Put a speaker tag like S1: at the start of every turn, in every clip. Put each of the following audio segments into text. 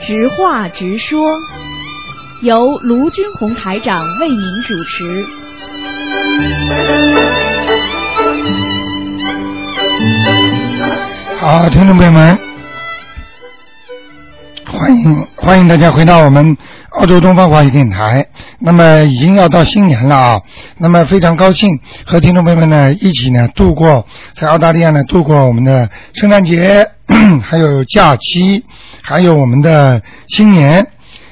S1: 直话直说，由卢军红台长为您主持。
S2: 好，听众朋友们，欢迎欢迎大家回到我们澳洲东方华语电台。那么已经要到新年了啊，那么非常高兴和听众朋友们呢一起呢度过在澳大利亚呢度过我们的圣诞节， 还有假期，还有我们的新年。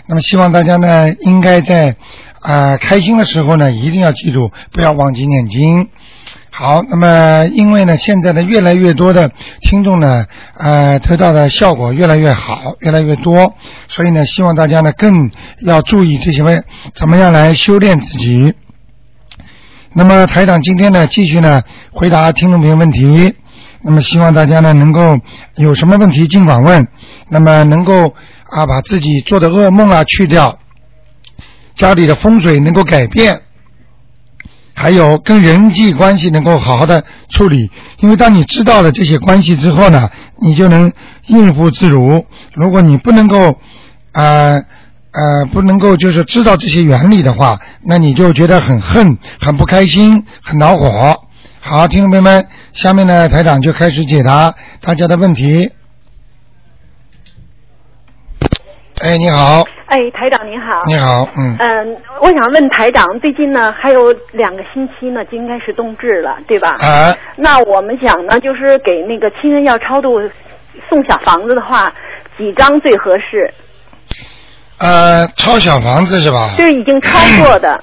S2: 那么希望大家呢应该在啊、开心的时候呢一定要记住不要忘记念经。好，那么因为呢，现在呢，越来越多的听众呢，呃，得到的效果越来越好，越来越多，所以呢，希望大家呢更要注意这些问，怎么样来修炼自己。那么台长今天呢，继续呢回答听众朋友问题。那么希望大家呢能够有什么问题尽管问，那么能够啊把自己做的噩梦啊去掉，家里的风水能够改变。还有跟人际关系能够好好的处理，因为当你知道了这些关系之后呢，你就能应付自如。如果你不能够，呃呃，不能够就是知道这些原理的话，那你就觉得很恨、很不开心、很恼火。好，听众朋友们，下面呢，台长就开始解答大家的问题。哎，你好，
S3: 哎，台长您好。
S2: 你。好，嗯，
S3: 嗯，我想问台长，最近呢还有两个星期呢，就应该是冬至了，对吧？
S2: 啊，
S3: 那我们想呢，就是给那个亲人要超度送小房子的话，几张最合适？
S2: 呃，抄小房子是吧？
S3: 就是已经超过 的。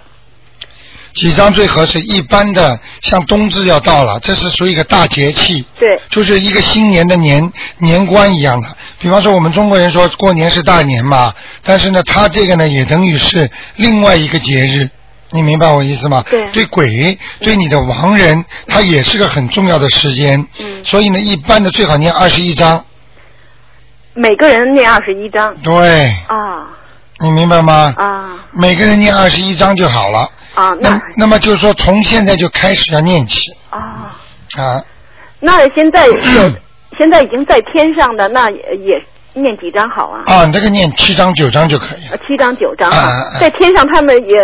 S2: 几张最合适？一般的，像冬至要到了，这是属于一个大节气，
S3: 对，
S2: 就是一个新年的年年关一样的。比方说，我们中国人说过年是大年嘛，但是呢，它这个呢也等于是另外一个节日，你明白我意思吗？
S3: 对
S2: 对鬼，对你的亡人，它也是个很重要的时间。嗯。所以呢，一般的最好念二十一章。
S3: 每个人念二十一张。
S2: 对，
S3: 啊
S2: 你明白吗？
S3: 啊
S2: 每个人念二十一章就好了。
S3: 啊！那
S2: 那么就是说，从现在就开始要念起
S3: 啊，
S2: 啊。
S3: 那现 在有现在已经在天上的，那也也念几张好啊？
S2: 啊，你这个念七章九章就可以了，
S3: 呃七张九张
S2: 啊啊啊
S3: 在天上他们也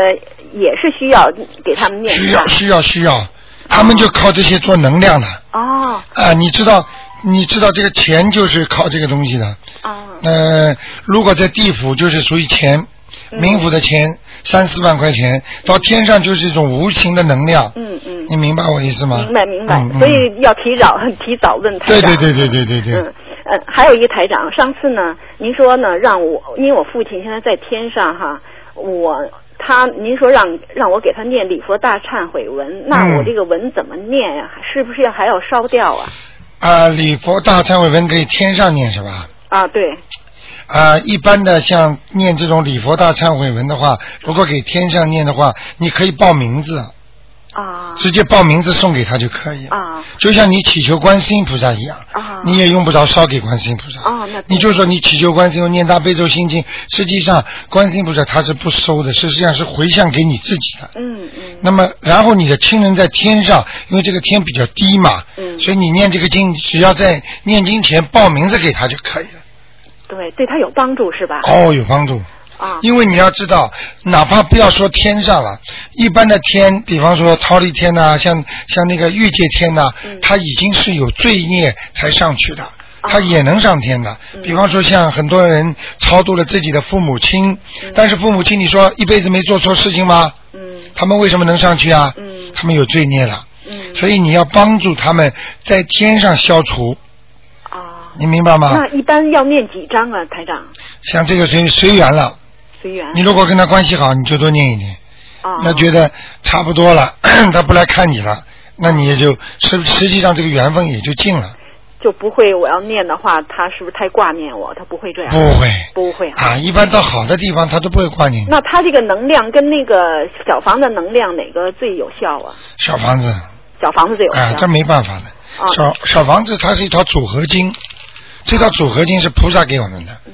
S3: 也是需要给他们念
S2: 需
S3: 是吧
S2: 要需要需要，他们就靠这些做能量的
S3: 哦
S2: 啊。你知道，你知道这个钱就是靠这个东西的。
S3: 啊
S2: 呃，如果在地府就是属于钱，
S3: 嗯
S2: 冥府的钱三四万块钱，到天上就是一种无形的能量。
S3: 嗯嗯，
S2: 你明白我意思吗？
S3: 明白明白
S2: 嗯，嗯
S3: 所以要提早 提早问台
S2: 对
S3: 长。
S2: 对对对对对对，
S3: 嗯嗯，还有一个台长，上次呢，您说呢，让我，因为我父亲现在在天上哈，我他，您说让让我给他念礼佛大忏悔文，那我
S2: 嗯
S3: 这个文怎么念呀、是不是要还要烧掉啊？
S2: 啊，礼佛大忏悔文给天上念是吧？
S3: 啊，对，
S2: 啊、一般的像念这种礼佛大忏悔文的话，如果给天上念的话，你可以报名字，
S3: 啊
S2: 直接报名字送给他就可以。
S3: 啊
S2: 就像你祈求观世音菩萨一样，
S3: 啊
S2: 你也用不着烧给观世音菩萨。
S3: 啊，那
S2: 你就说你祈求观世音菩萨念大悲咒心经，实际上观世音菩萨他是不收的，实际上是回向给你自己的。
S3: 嗯嗯
S2: 那么，然后你的亲人在天上，因为这个天比较低嘛，
S3: 嗯，
S2: 所以你念这个经，只要在念经前报名字给他就可以了。
S3: 对，对他有帮助是吧？
S2: 哦，有帮助。
S3: 啊
S2: 因为你要知道，哪怕不要说天上了，一般的天，比方说超力天呐、像像那个欲界天呐、
S3: 嗯哦
S2: 它已经是有罪孽才上去的。它也能上天的，
S3: 嗯
S2: 比方说像很多人超度了自己的父母亲，但是父母亲你说一辈子没做错事情吗？
S3: 嗯
S2: 他们为什么能上去啊？
S3: 嗯
S2: 他们有罪孽了，
S3: 嗯
S2: 所以你要帮助他们在天上消除，
S3: 啊，
S2: 你明白吗
S3: 那？一般要念几张啊，台长？
S2: 像这个随随缘了，
S3: 嗯随缘
S2: 你如果跟他关系好，你就多念一念。
S3: 啊，
S2: 那觉得差不多了， 他不来看你了，那你也就实实际上这个缘分也就尽了，
S3: 就不会我要念的话，他是不是太挂念我？他不会这样，
S2: 不会
S3: 不会啊。
S2: 哦啊。一般到好的地方，他都不会挂你。
S3: 那他这个能量跟那个小房子能量哪个最有效啊？
S2: 小房子，
S3: 小房子最有效。
S2: 啊，这没办法的。
S3: 啊
S2: 小小房子，它是一套组合经，这套组合经是菩萨给我们的。
S3: 嗯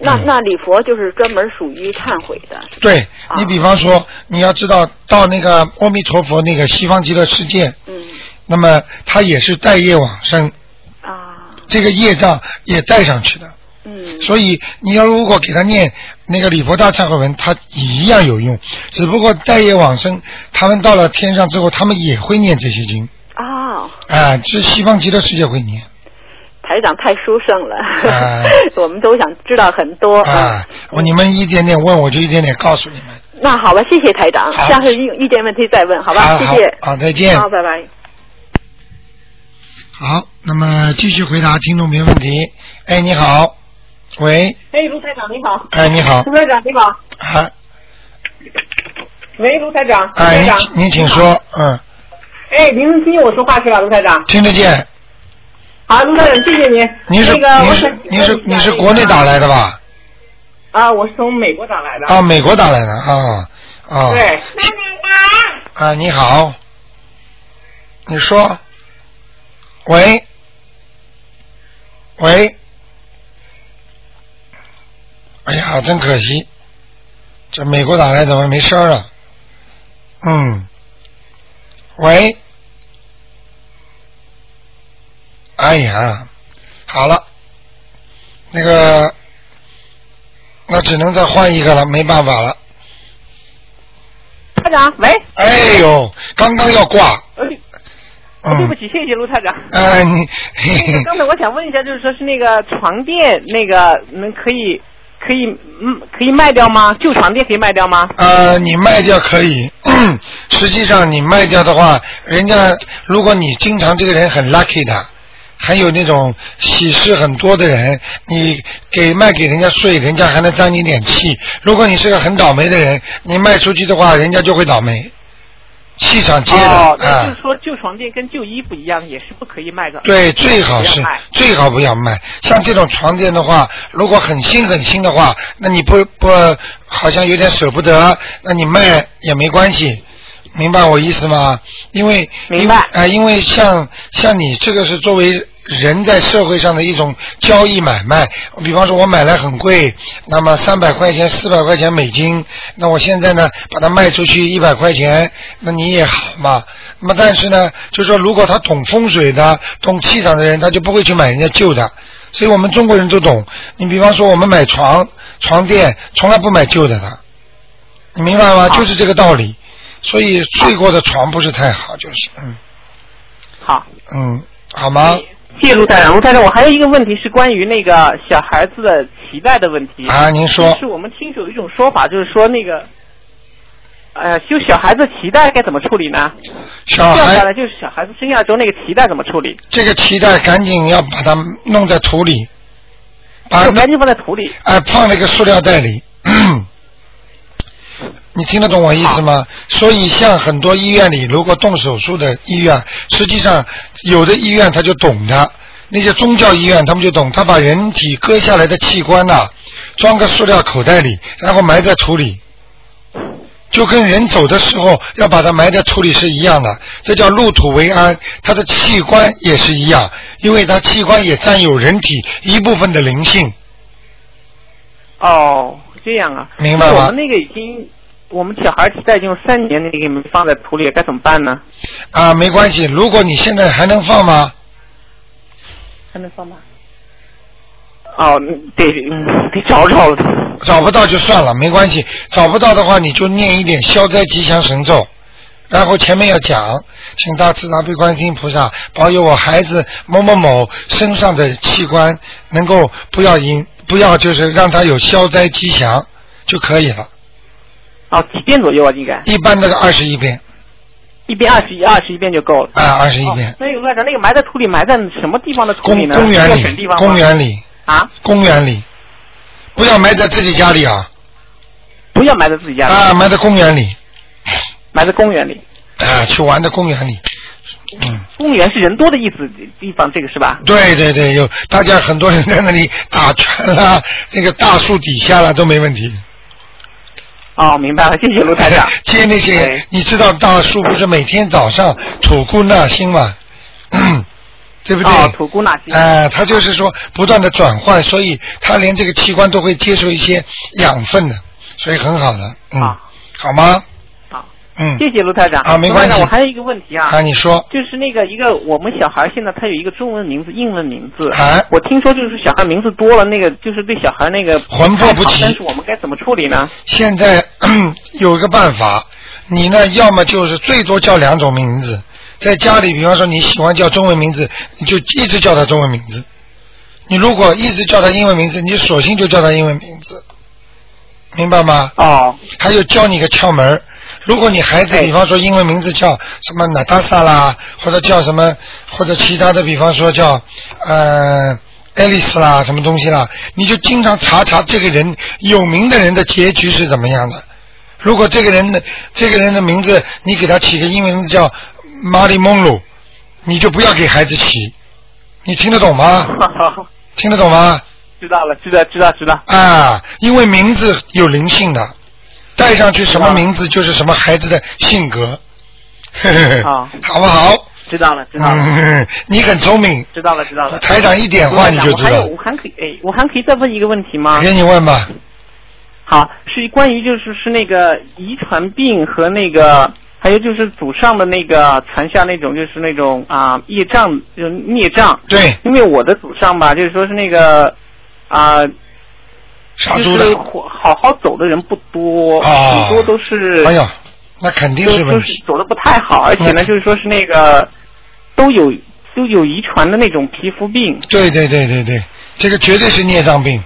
S3: 那那礼佛就是专门属于忏悔的。
S2: 对
S3: 啊
S2: 你，比方说，你要知道到那个阿弥陀佛那个西方极乐世界，
S3: 嗯
S2: 那么他也是带业往生，
S3: 啊
S2: 这个业障也带上去的。
S3: 嗯
S2: 所以你要如果给他念那个礼佛大忏悔文，他一样有用。只不过待业往生，他们到了天上之后，他们也会念这些经
S3: 哦，
S2: 啊，这西方极乐世界会念
S3: 台长太殊胜了，
S2: 哎
S3: 我们都想知道很多。
S2: 啊。我你们一点点问，我就一点点告诉你们。
S3: 嗯那好吧，谢谢台长，
S2: 好
S3: 下次遇遇见问题再问，好吧？
S2: 啊好
S3: 谢谢。
S2: 好好再见
S3: 好，拜拜。
S2: 好，那么继续回答听众朋友问题。哎，你好，喂，
S4: 哎，卢台长你好，
S2: 哎，你好，
S4: 卢台长你好，
S2: 啊，
S4: 喂，卢台长，卢
S2: 哎，
S4: 台长，
S2: 您您请说，嗯，
S4: 哎，您听见我说话是吧，卢台长？
S2: 听得见。
S4: 好，卢台长，谢谢您。
S2: 您是
S4: 那个，
S2: 您
S4: 我
S2: 是
S4: 想
S2: 您是您是国内打
S4: 打
S2: 来的吧？
S4: 啊？我是从美国打来的。
S2: 啊，美国打来的啊啊。
S4: 对，
S2: 啊，你好，你说，喂，喂，哎呀，真可惜，这美国打来怎么没声儿了？嗯，喂，哎呀，好了，那个，那只能再换一个了，没办法了。
S4: 台长，喂，
S2: 哎呦，刚刚要挂，
S4: 呃哦对不
S2: 嗯，
S4: 起，谢谢卢台 长。
S2: 哎 你，嘿
S4: 那
S2: 嘿
S4: 个，刚才我想问一下，就是说是那个床垫，那个能可以可以嗯可以卖掉吗？旧床垫可以卖掉吗？
S2: 呃，你卖掉可以， 实际上你卖掉的话，人家如果你经常这个人很 lucky 的，还有那种喜事很多的人，你给卖给人家睡，人家还能沾你点气。如果你是个很倒霉的人，你卖出去的话，人家就会倒霉，气场接的啊。
S4: 哦，那就是说旧床垫跟旧衣服一样，也是不可以卖的。
S2: 对，最好
S4: 不要
S2: 是
S4: 卖
S2: 最好不要卖。像这种床垫的话，如果很新很新的话，那你不不好像有点舍不得，那你卖也没关系，明白我意思吗？因为
S4: 明白
S2: 啊、呃因为像像你这个是作为。人在社会上的一种交易买卖，比方说我买来很贵，那么三百块钱、四百块钱美金，那我现在呢把它卖出去一百块钱，那你也好嘛。那么但是呢，就说如果他懂风水的、懂气场的人，他就不会去买人家旧的。所以我们中国人都懂。你比方说我们买床、床垫，从来不买旧的的，你明白
S4: 啊
S2: 吗？就是这个道理。所以睡过的床不是太好，就是嗯
S4: 好，
S2: 嗯，好吗？
S4: 谢谢卢台长。卢台长，我还有一个问题是关于那个小孩子的脐带的问题。
S2: 啊，您说
S4: 就是我们听说有一种说法，就是说那个，呃，就小孩子脐带该怎么处理呢？
S2: 小
S4: 掉下
S2: 孩
S4: 来就是小孩子生下来之后那个脐带怎么处理？
S2: 这个脐带赶紧要把它弄在土里，把
S4: 就
S2: 啊那
S4: 赶紧放在土里。
S2: 哎，放了一个塑料袋里。 你听得懂我意思吗？所以像很多医院里，如果动手术的医院，实际上有的医院他就懂的，那些宗教医院他们就懂，他把人体割下来的器官呐、装个塑料口袋里，然后埋在土里，就跟人走的时候要把它埋在土里是一样的，这叫入土为安。他的器官也是一样，因为他器官也占有人体一部分的灵性。
S4: 哦，这样啊，
S2: 明白吗
S4: 我们那个已经，我们小孩脐带已经有三年那个没放在土里，该怎么办呢？
S2: 啊，没关系，如果你现在还能放吗？
S4: 还能放吗？哦，得嗯得找找。
S2: 找不到就算了，没关系。找不到的话，你就念一点消灾吉祥神咒，然后前面要讲，请大慈大悲观世音菩萨保佑我孩子某某某身上的器官能够不要因不要就是让他有消灾吉祥就可以了。
S4: 哦，几遍左右啊？应该
S2: 一般的二十一遍，
S4: 一遍二十一，二十一遍就够了。
S2: 啊，二十一遍
S4: 哦。。那有个那个埋在土里，埋在什么地方的土里
S2: 公
S4: 哦呢？
S2: 公园
S4: 要选地
S2: 里，
S4: 方吗
S2: 公园里，
S4: 啊，
S2: 公园里，不要埋在自己家里啊，
S4: 不要埋在自己家里，
S2: 啊，埋在公园里，
S4: 埋在公园里。
S2: 啊，去玩的公园里，嗯。
S4: 公园是人多的意思，地方这个是吧？
S2: 对对对，有大家很多人在那里打拳啦，那个大树底下啦都没问题。
S4: 哦，明白了，谢谢卢台长。
S2: 接那些，
S4: 哎
S2: 你知道大树不是每天早上吐故纳新嘛， 对不对？
S4: 哦，土姑纳西。
S2: 哎，它就是说不断的转换，所以它连这个器官都会接受一些养分的，所以很好的，嗯，
S4: 好
S2: 好吗？
S4: 好，
S2: 嗯
S4: 啊谢谢卢台长。
S2: 啊没关系
S4: 卢台长我还有一个问题啊，
S2: 啊，你说
S4: 就是那个一个我们小孩现在他有一个中文名字、英文名字。
S2: 哎
S4: 我听说就是小孩名字多了，那个就是对小孩那个
S2: 魂魄不齐
S4: 但是我们该怎么处理呢？
S2: 现在 有一个办法，你呢要么就是最多叫两种名字，在家里，比方说你喜欢叫中文名字，你就一直叫他中文名字；你如果一直叫他英文名字，你索性就叫他英文名字，明白吗？
S4: 哦，
S2: 还有教你个窍门儿。如果你孩子，
S4: 哎
S2: 比方说英文名字叫什么娜塔莎啦，或者叫什么，或者其他的，比方说叫呃爱丽丝啦，什么东西啦，你就经常查查这个人有名的人的结局是怎么样的。如果这个人的这个人的名字，你给他起个英文名字叫玛丽梦露，你就不要给孩子起。你听得懂吗？听得懂吗？
S4: 知道了，知道，知道，知道。
S2: 啊，因为名字有灵性的，带上去什么名字就是什么孩子的性格，呵呵呵
S4: 啊
S2: 好不好？
S4: 知道了，知道了，
S2: 嗯，你很聪明，
S4: 知道了，知道了。
S2: 台长一点话你就
S4: 我
S2: 知
S4: 还有，
S2: 道。
S4: 我还可以，哎，我还可以再问一个问题吗？
S2: 给你问吧，
S4: 好，是关于就是是那个遗传病和那个，还有就是祖上的那个传下那种就是那种啊、业障，就是孽障。
S2: 对，
S4: 因为我的祖上吧，就是说是那个啊、
S2: 杀
S4: 就
S2: 猪
S4: 是
S2: 的，
S4: 好好好走的人不多，
S2: 啊
S4: 很多都是
S2: 哎呦，那肯定
S4: 都
S2: 是
S4: 都
S2: 问
S4: 是
S2: 题。
S4: 走的不太好，而且
S2: 嗯
S4: 呢，就是说是那个都有都有遗传的那种皮肤病，
S2: 对对对对对，这个绝对是孽障病。嗯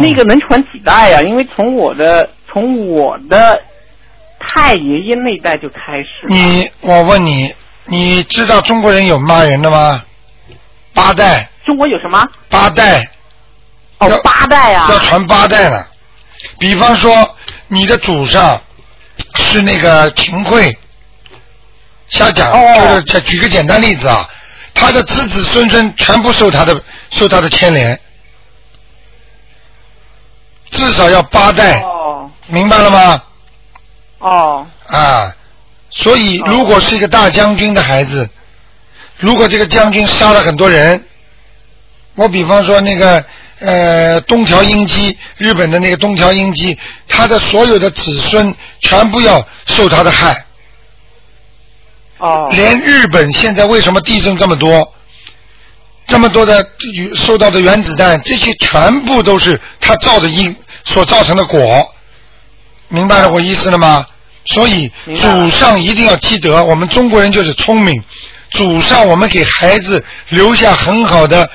S4: 那个能传几代呀、因为从我的从我的太爷爷那代就开始了，
S2: 嗯你，我问你，你知道中国人有骂人的吗？八代，
S4: 中国有什么？
S2: 八代，
S4: 哦
S2: 要，
S4: 八代啊！
S2: 要传八代了。比方说，你的祖上是那个秦桧，瞎讲，
S4: 哦
S2: 就是举个简单例子啊，他的子子孙孙全部受他的受他的牵连，至少要八代，
S4: 哦
S2: 明白了吗？
S4: 哦
S2: 啊，所以
S4: 哦
S2: 如果是一个大将军的孩子，如果这个将军杀了很多人，我比方说那个呃东条英机，日本的那个东条英机，他的所有的子孙全部要受他的害，
S4: 哦
S2: 连日本现在为什么地震这么多？这么多的受到的原子弹，这些全部都是他造的因所造成的果，明白了我意思了吗？所以
S4: 哦明白了
S2: 祖上一定要积德，我们中国人就是聪明，祖上我们给孩子留下很好的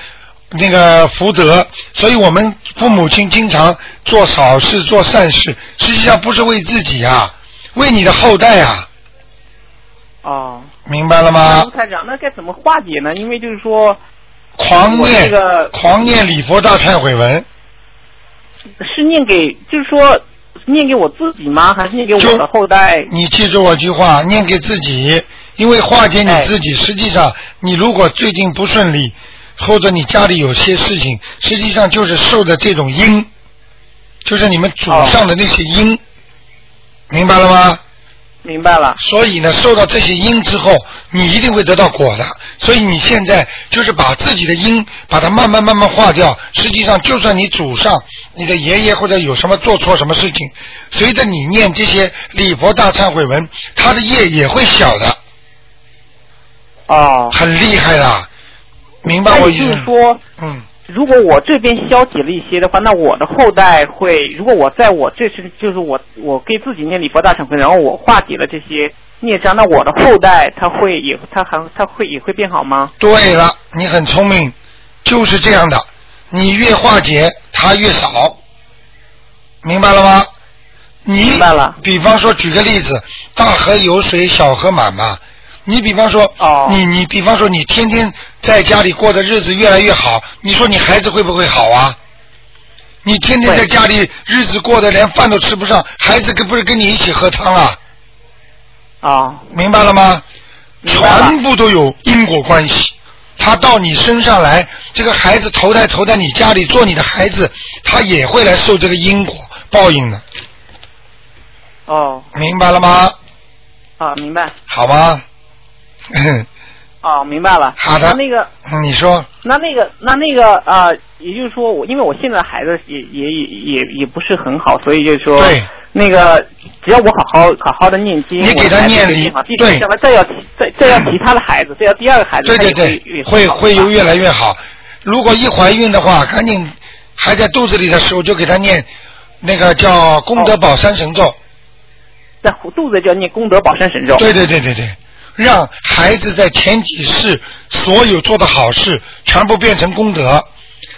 S2: 那个福德，所以我们父母亲经常做好事、做善事，实际上不是为自己啊，为你的后代啊，
S4: 哦。
S2: 明白了吗？
S4: 那卢台长，那该怎么化解呢？因为就是说，
S2: 狂
S4: 我
S2: 念、
S4: 这个
S2: 狂念礼佛大忏悔文，
S4: 是念给，就是说念给我自己吗？还是念给
S2: 就
S4: 我的后代？
S2: 你记住我句话，念给自己，因为化解你
S4: 哎
S2: 自己。实际上，你如果最近不顺利，或者你家里有些事情，实际上就是受的这种因，就是你们祖
S4: 哦
S2: 上的那些因，明白了吗？
S4: 明白了。
S2: 所以呢，受到这些因之后，你一定会得到果的。所以你现在就是把自己的因，把它慢慢慢慢化掉。实际上，就算你祖上、你的爷爷或者有什么做错什么事情，随着你念这些礼佛大忏悔文，他的业也会小的，
S4: 哦，
S2: 很厉害的。明白
S4: 那
S2: 我
S4: 也
S2: 意
S4: 就
S2: 思
S4: 是
S2: 吗？
S4: 说，
S2: 嗯，
S4: 如果我这边消解了一些的话，那我的后代会，如果我在我这是就是我我给自己念礼佛大忏悔，然后我化解了这些孽障，那我的后代他会也他还他会也会变好吗？
S2: 对了，你很聪明，就是这样的。你越化解，它越少，明白了吗？你
S4: 明白了
S2: 比方说，举个例子，大河有水，小河满嘛。你比方说，
S4: 哦
S2: 你你比方说，你天天在家里过的日子越来越好，你说你孩子会不会好啊？你天天
S4: 会
S2: 在家里日子过得连饭都吃不上，孩子跟不是跟你一起喝汤啊？
S4: 哦，
S2: 明白了吗？
S4: 明白了
S2: 全部都有因果关系。他到你身上来，这个孩子投胎投在你家里做你的孩子，他也会来受这个因果报应的，
S4: 哦，
S2: 明白了吗？
S4: 啊，明白，
S2: 好吗？
S4: 哦，明白了。
S2: 好的
S4: 那那个
S2: 你说
S4: 那那个那那个啊、呃也就是说我因为我现在孩子也也也也也不是很好，所以就是说
S2: 对，
S4: 那个只要我好好好好的念经，
S2: 你给他
S4: 我的孩子
S2: 念
S4: 会
S2: 力
S4: 变好第
S2: 对
S4: 什么再要其再再要其他的孩子，再要第二个孩子，
S2: 对
S4: 他
S2: 对
S4: 也
S2: 对，会
S4: 会
S2: 会有越来越好。如果一怀孕的话，赶紧还在肚子里的时候就给他念那个叫功德宝山神咒。
S4: 在肚子就要念功德宝山神咒。
S2: 对对对对对，让孩子在前几世所有做的好事全部变成功德。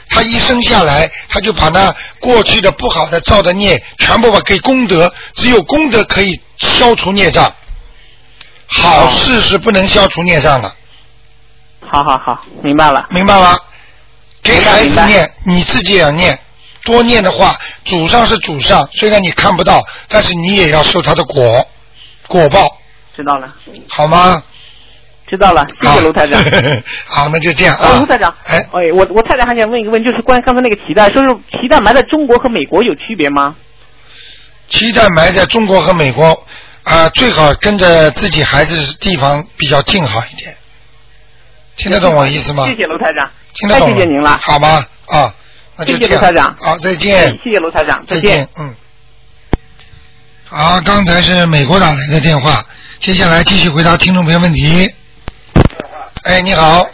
S2: 他一生下来，他就把那过去的不好的造的孽全部把给功德，只有功德可以消除孽障，好事是不能消除孽障的。
S4: 好好好，明白了。
S2: 明白吗？给
S4: 明白
S2: 孩子
S4: 明白
S2: 念，你自己也要念，多念的话，祖上是祖上，虽然你看不到，但是你也要受他的果果报，
S4: 知道了，
S2: 好吗？
S4: 知道了，谢
S2: 好
S4: 谢 卢台长。
S2: 好，那就这样
S4: 哦
S2: 啊。
S4: 卢台长，
S2: 哎，
S4: 我我太太还想问一个问题，就是关于刚才那个脐带，说是脐带埋在中国和美国有区别吗？
S2: 鸡蛋埋在中国和美国啊、最好跟着自己孩子地方比较近好一点。听得懂我意思吗？
S4: 谢谢卢台长，
S2: 听得懂
S4: 太
S2: 吗。
S4: 谢谢您了
S2: 好吗？啊，那就
S4: 谢
S2: 这
S4: 谢
S2: 样。
S4: 卢台长
S2: 好，再见。
S4: 谢谢卢台长，
S2: 再
S4: 见。
S2: 见，嗯。好，刚才是美国打来的电话，接下来继续回答听众朋友问题。哎，你好。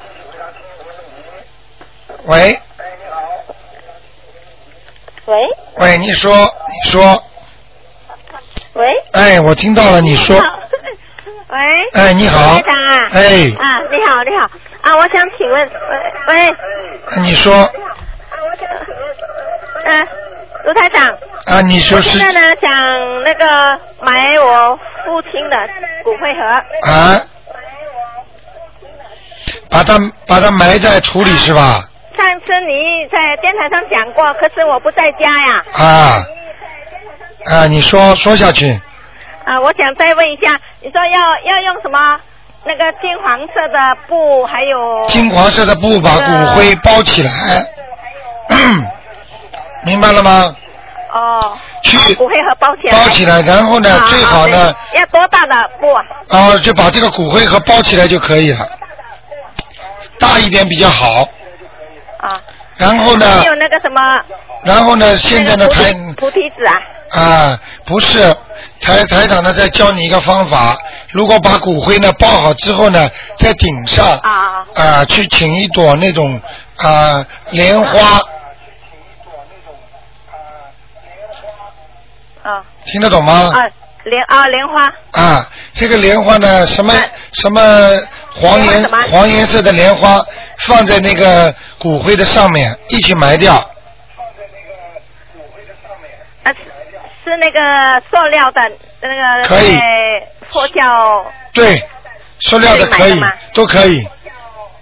S2: 喂，
S5: 喂
S2: 喂，你说，你说，
S5: 喂，
S2: 哎，我听到了，你说，
S5: 喂，
S2: 哎，你好
S5: 台长啊，，
S2: 哎，
S5: 啊，你好，你好，啊，我想请问，呃喂喂，
S2: 你说，
S5: 呃，卢台长，
S2: 啊，你说
S5: 我
S2: 是
S5: 现在呢想那个买我父亲的骨灰盒，
S2: 啊，把它把它埋在土
S5: 啊
S2: 里是吧？
S5: 上次你在电台上讲过，可是我不在家呀，
S2: 啊，啊，你说说下去，
S5: 啊，我想再问一下，你说要要用什么那个金黄色的布，还有
S2: 金黄色的布把
S5: 啊
S2: 骨灰包起来， 明白了吗？
S5: 哦，
S2: 去
S5: 骨灰盒包起来，
S2: 包起来，然后呢，
S5: 啊
S2: 最好呢，，
S5: 对要多大的布啊？
S2: 啊，就把这个骨灰盒包起来就可以了，大一点比较好。
S5: 啊，
S2: 然后呢
S5: 还，有那个什么，
S2: 然后呢，现在呢，
S5: 那
S2: 台
S5: 个菩提菩提子啊，
S2: 啊，不是台台长呢，在教你一个方法，如果把骨灰呢包好之后呢，在顶上
S5: 啊啊
S2: 啊，去请一朵那种啊莲花，
S5: 啊
S2: 听得懂吗？
S5: 啊，莲啊莲花，
S2: 啊，这个莲花呢，什么什么黄
S5: 莲花
S2: 颜
S5: 什么
S2: 黄颜色的莲花，放在那个骨灰的上面一起埋掉。
S5: 啊是是那个塑料的那个，
S2: 可以
S5: 哎佛教
S2: 对，塑料的可
S5: 可以
S2: 以
S5: 埋的吗，
S2: 都可以，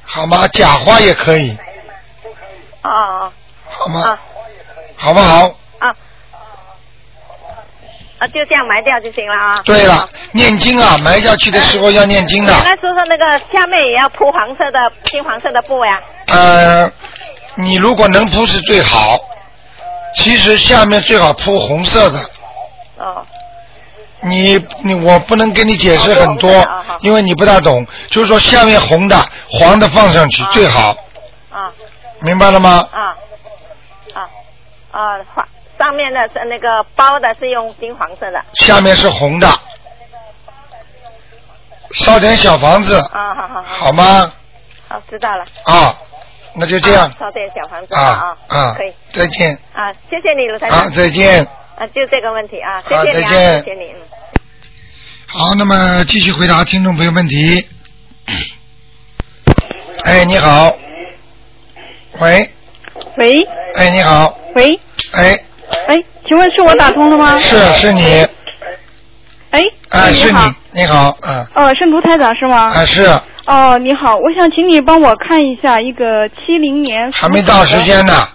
S2: 好吗？假花也可以，
S5: 哦
S2: 好
S5: 哦
S2: 吗
S5: 啊？
S2: 好不好？
S5: 啊啊就这样埋掉就行了啊。
S2: 对了
S5: 啊，
S2: 念经啊，埋下去的时候要念经的。
S5: 那就是说那个下面也要铺黄色的金黄色的布呀，
S2: 呃，你如果能铺是最好，其实下面最好铺红色的。
S5: 哦
S2: 你你我不能跟你解释很多
S5: 哦不能啊好，
S2: 因为你不大懂。就是说下面红的、黄的放上去
S5: 啊
S2: 最好，
S5: 啊
S2: 明白了吗？
S5: 啊啊啊黄上面的是那个包的是用金黄色的，
S2: 下面是红的，烧点小房子，
S5: 啊好好好
S2: 好吗？
S5: 好知道了。
S2: 啊，那就这样
S5: 啊烧点小房子
S2: 啊
S5: 啊
S2: 啊
S5: 可以，
S2: 再见
S5: 啊，谢谢你卢台长
S2: 啊，再见。
S5: 啊，就这个问题啊，谢
S2: 好
S5: 谢你
S2: 再见
S5: 啊，谢谢你，嗯。
S2: 好，那么继续回答听众朋友问 题。哎，你好，喂，
S6: 喂
S2: 哎，你好，
S6: 喂，
S2: 哎，
S6: 哎，请问是我打通了吗？
S2: 是是你，
S6: 哎，
S2: 哎，
S6: 你
S2: 是
S6: 好
S2: 你，，你好，嗯。
S6: 呃，是卢台长是吗？
S2: 啊，是
S6: 哦，你好，我想请你帮我看一下一个七零年属
S2: 还没到时间
S6: 哎
S2: 呢，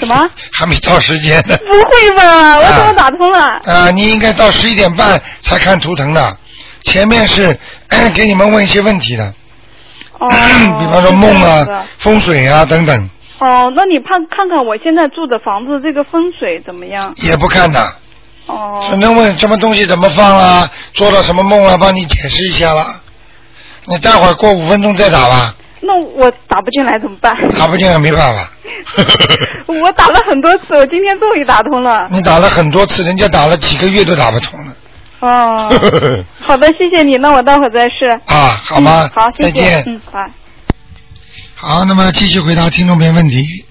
S6: 狗的什么？
S2: 还没到时间 呢。
S6: 不会吧？我怎
S2: 啊
S6: 么打通了？
S2: 啊，你应该到十一点半才看图腾的，前面是、哎给你们问一些问题的，
S6: 哦
S2: ，比方说梦
S6: 是这样
S2: 啊
S6: 子、
S2: 风水啊等等，
S6: 哦，那你看看看我现在住的房子这个风水怎么样？
S2: 也不看的，
S6: 哦，
S2: 只能问什么东西怎么放啊啦，做了什么梦啦，帮你解释一下啦。你待会儿过五分钟再打吧，
S6: 那我打不进来怎么办？
S2: 打不进来没办法。
S6: 我打了很多次，我今天终于打通了。
S2: 你打了很多次，人家打了几个月都打不通了。
S6: 哦，好的，谢谢你，那我待会儿再试。
S2: 啊，好吗？
S6: 嗯好，谢
S2: 再
S6: 谢。
S2: 见。
S6: 嗯，好。
S2: 好，那么继续回答听众朋友问题。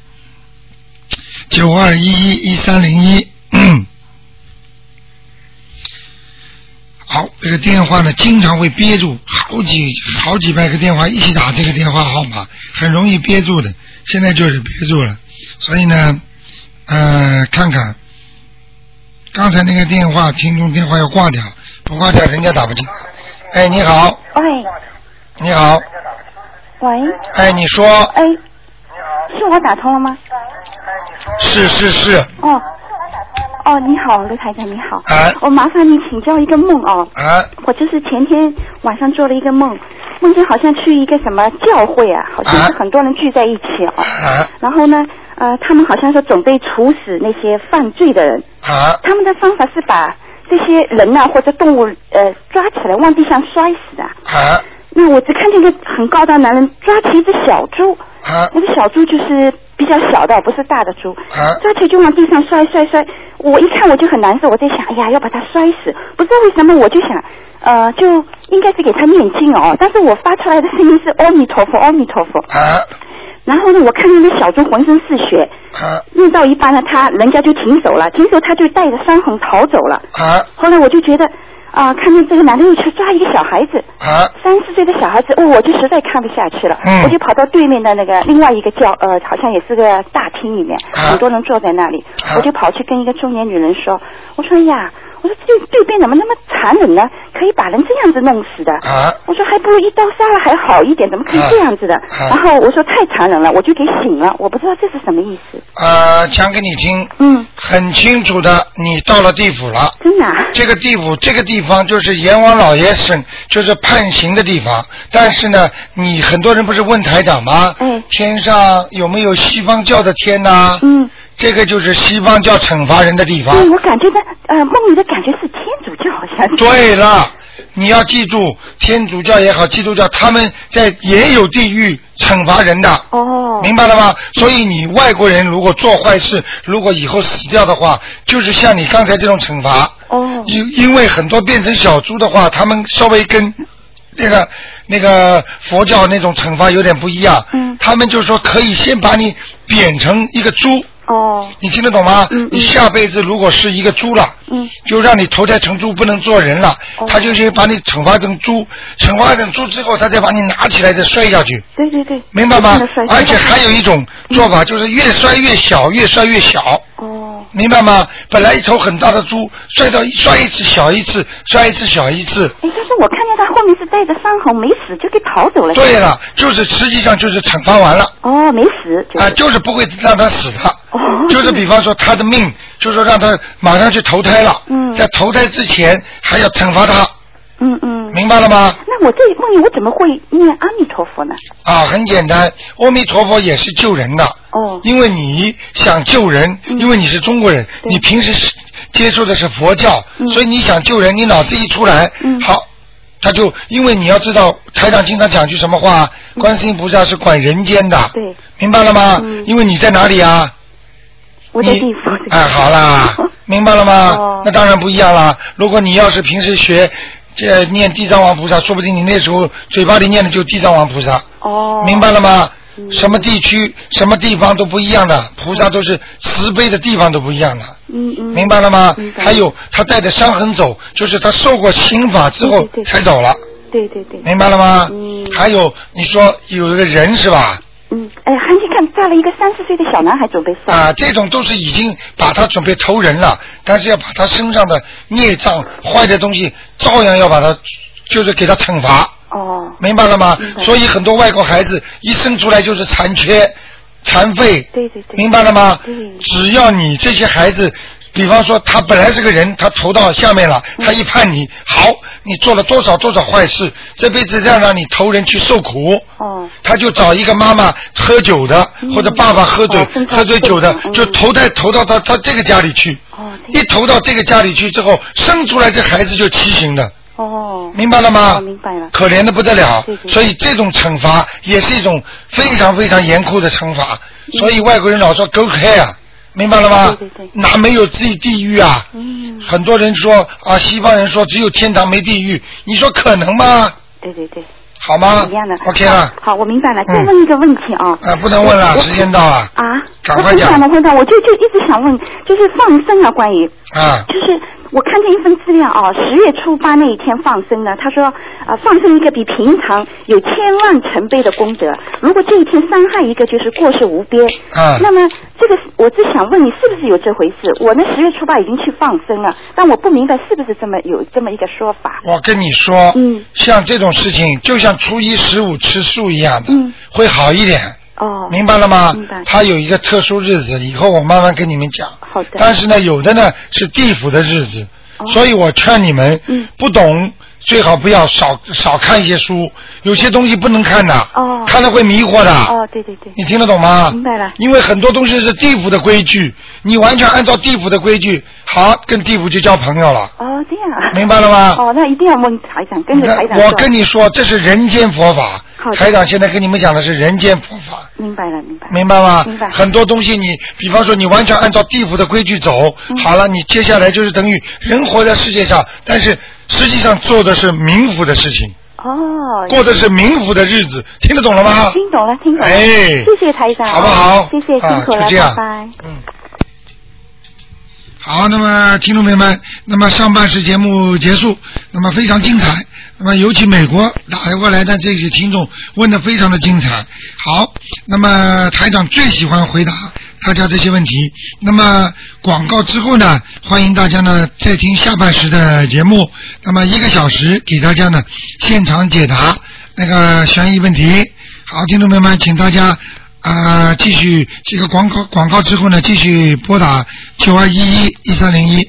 S2: 九二一一一三零一。好，这个电话呢，经常会憋住，好几好几百个电话一起打这个电话号码，很容易憋住的。现在就是憋住了，所以呢，呃，看看刚才那个电话，听众电话要挂掉，不挂掉人家打不进来。哎，你好，
S7: 喂
S2: 你好，
S7: 喂，
S2: 哎，你说
S7: 哎，是我打通了吗？
S2: 是是是，
S7: 哦，哦，你好，卢台长，你好。
S2: 哎
S7: 我麻烦你请教一个梦哦，
S2: 啊，
S7: 我就是前天晚上做了一个梦，梦见好像去一个什么教会啊，好像是
S2: 啊
S7: 很多人聚在一起哦，
S2: 啊
S7: 然后呢，呃，他们好像说准备处死那些犯罪的人，
S2: 啊
S7: 他们的方法是把这些人呐、或者动物呃抓起来往地上摔死啊。
S2: 啊
S7: 那我只看见一个很高大的男人抓起一只小猪，
S2: 啊
S7: 那个小猪就是比较小的，不是大的猪，
S2: 啊
S7: 抓起就往地上摔摔摔。我一看我就很难受，我在想，哎呀，要把它摔死。不知道为什么，我就想，呃，就应该是给他念经哦。但是我发出来的声音是阿弥陀佛，阿弥陀佛。
S2: 啊
S7: 然后呢，我看见那小猪浑身是血，
S2: 啊
S7: 念到一半呢，他人家就停手了，停手他就带着伤痕逃走了。
S2: 啊
S7: 后来我就觉得，啊、看见这个男的又去抓一个小孩子，
S2: 啊
S7: 三四岁的小孩子，哦，我就实在看不下去了，
S2: 嗯
S7: 我就跑到对面的那个另外一个教呃，好像也是个大厅里面，
S2: 啊
S7: 很多人坐在那里，
S2: 啊
S7: 我就跑去跟一个中年女人说，我说哎呀，我说这对面怎么那么残忍呢？可以把人这样子弄死的。
S2: 啊
S7: 我说还不如一刀杀了还好一点，怎么可以这样子的？
S2: 啊
S7: 然后我说太残忍了，我就给醒了，我不知道这是什么意思。
S2: 啊！讲给你听，
S7: 嗯，
S2: 很清楚的，你到了地府了。
S7: 真的、啊，
S2: 这个地府，这个地方就是阎王老爷审，就是判刑的地方。但是呢，你很多人不是问台长吗？
S7: 嗯
S2: 天上有没有西方教的天呐、
S7: 嗯，
S2: 这个就是西方教惩罚人的地方。
S7: 对，我感觉到呃梦里的感觉是天主教好像是。
S2: 对了，你要记住，天主教也好，基督教，他们在也有地狱惩罚人的。
S7: 哦，
S2: 明白了吗？所以你外国人如果做坏事，如果以后死掉的话，就是像你刚才这种惩罚。
S7: 哦，
S2: 因因为很多变成小猪的话，他们稍微跟那个那个佛教那种惩罚有点不一样。
S7: 嗯
S2: 他们就说可以先把你贬成一个猪，
S7: 哦，
S2: 你听得懂吗？
S7: 嗯嗯
S2: 你下辈子如果是一个猪了，
S7: 嗯
S2: 就让你投胎成猪，不能做人了。
S7: 哦
S2: 他就是把你惩罚成猪，惩罚成猪之后，他再把你拿起来再摔下去。
S7: 对对对，
S2: 明白吗
S7: 真的摔？
S2: 而且还有一种做法，就是越摔越小，越摔越小，
S7: 哦，
S2: 明白吗？本来一头很大的猪，摔到摔一次小一次，摔一次小一次。
S7: 哎，但是我看见他后面是带着伤痕，没死就给逃走了。
S2: 对了，就是实际上就是惩罚完了
S7: 哦，没死，就是、
S2: 啊、就是不会让他死的。
S7: 哦，
S2: 就是比方说他的命，就是说让他马上去投胎了，
S7: 嗯
S2: 在投胎之前还要惩罚他，
S7: 嗯嗯。
S2: 明白了吗？
S7: 那我这梦里我怎么会念阿弥陀佛呢？
S2: 啊，很简单，阿弥陀佛也是救人的。
S7: 哦，
S2: 因为你想救人，
S7: 嗯
S2: 因为你是中国人，
S7: 对
S2: 你平时是接触的是佛教，
S7: 嗯
S2: 所以你想救人，你脑子一出来，
S7: 嗯
S2: 好，他就因为你要知道，台长经常讲句什么话，观世音菩萨是管人间的，
S7: 嗯对，
S2: 明白了吗？
S7: 嗯
S2: 因为你在哪里啊？
S7: 我在
S2: 你
S7: 地府。
S2: 哎，好 啦，明白了吗？
S7: 哦
S2: 那当然不一样啦。如果你要是平时学这念地藏王菩萨，说不定你那时候嘴巴里念的就地藏王菩萨。
S7: 哦，
S2: 明白了吗？
S7: 嗯
S2: 什么地区、什么地方都不一样的，菩萨都是慈悲的地方都不一样的，
S7: 嗯嗯，
S2: 明白了吗
S7: 明？白
S2: 还有他带着伤痕走，就是他受过刑法之后
S7: 对对对
S2: 才走了，
S7: 对对对，
S2: 明白了吗
S7: 嗯？
S2: 还有你说有一个人是吧？
S7: 嗯，哎，韩信看抓了一个三四岁的小男孩准备杀。
S2: 啊，这种都是已经把他准备投人了，但是要把他身上的孽障、坏的东西，照样要把他，就是给他惩罚。
S7: 哦，
S2: 明白了吗
S7: 明？白
S2: 所以很多外国孩子一生出来就是残缺、残废，
S7: 对对对
S2: 明白了吗
S7: 对？
S2: 只要你这些孩子，比方说他本来是个人，他投到下面了，
S7: 嗯
S2: 他一判你好，你做了多少多少坏事，这辈子再让你投人去受苦。
S7: 哦，
S2: 他就找一个妈妈喝酒的，
S7: 嗯
S2: 或者爸爸喝酒、
S7: 哦分开
S2: 喝醉酒的
S7: 分开，嗯
S2: 就投胎投到他他这个家里去。
S7: 哦，这
S2: 一
S7: 样
S2: 投到这个家里去之后，生出来这孩子就畸形的。
S7: 哦，
S2: 明白了吗
S7: 哦明白了。
S2: 可怜的不得了
S7: 对对，对
S2: 所以这种惩罚也是一种非常非常严酷的惩罚，所以外国人老说 “go care”，明白了吗？
S7: 嗯对对对
S2: 哪没有自己地狱啊？
S7: 嗯，
S2: 很多人说啊，西方人说只有天堂没地狱，你说可能吗？
S7: 对对对，
S2: 好吗
S7: 一样的。
S2: 啊？OK 了，
S7: 好，我明白了。再
S2: 嗯
S7: 问一个问题啊。
S2: 啊，不能问了，时间到了
S7: 啊，
S2: 赶
S7: 我
S2: 快
S7: 不
S2: 讲
S7: 想了，会长，我就就一直想问，就是放生啊，关于
S2: 啊，
S7: 就是我看见一份资料啊，十月初八那一天放生呢，他说啊、呃放生一个比平常有千万成倍的功德，如果这一天伤害一个，就是过世无边。
S2: 啊
S7: 那么这个是我只想问你，是不是有这回事？我呢十月初八已经去放生了，但我不明白是不是这么有这么一个说法。
S2: 我跟你说，
S7: 嗯
S2: 像这种事情，就像初一十五吃素一样的，
S7: 嗯
S2: 会好一点。
S7: 哦，
S2: 明白了吗
S7: 明白？
S2: 它有一个特殊日子，以后我慢慢跟你们讲。
S7: 好的哦
S2: 但是呢，有的呢是地府的日子，所以我劝你们，
S7: 嗯
S2: 不懂最好不要少少看一些书，有些东西不能看的，
S7: 哦
S2: 看了会迷惑的。
S7: 哦，对对对，
S2: 你听得懂吗？
S7: 明白了
S2: 因为很多东西是地府的规矩，你完全按照地府的规矩，好跟地府就交朋友了，
S7: 哦这样啊。
S2: 明白了吗？
S7: 哦，那一定要问台长，跟着台长
S2: 我
S7: 做
S2: 跟你说，这是人间佛法
S7: 好。的
S2: 台长现在跟你们讲的是人间佛法。
S7: 明白了，明白了。
S2: 明白吗？
S7: 明白
S2: 很多东西你，比方说你完全按照地府的规矩走，
S7: 嗯
S2: 好了，你接下来就是等于人活在世界上，但是实际上做的是冥府的事情，
S7: 哦，
S2: 过的是冥府的日子，听得懂了吗？
S7: 听懂了，听懂了。
S2: 啊哎
S7: 谢谢台长，
S2: 好不好？
S7: 谢谢，辛
S2: 啊
S7: 苦了，
S2: 就这样
S7: 拜拜。
S2: 嗯。好，那么听众朋友们，那么上半时节目结束，那么非常精彩。那么尤其美国打过来的这些听众问的非常的精彩。好，那么台长最喜欢回答大家这些问题。那么广告之后呢，欢迎大家呢再听下半时的节目。那么一个小时给大家呢现场解答那个悬疑问题。好，听众朋友们，请大家啊、继续这个广告广告之后呢，继续拨打九二一一一三零一。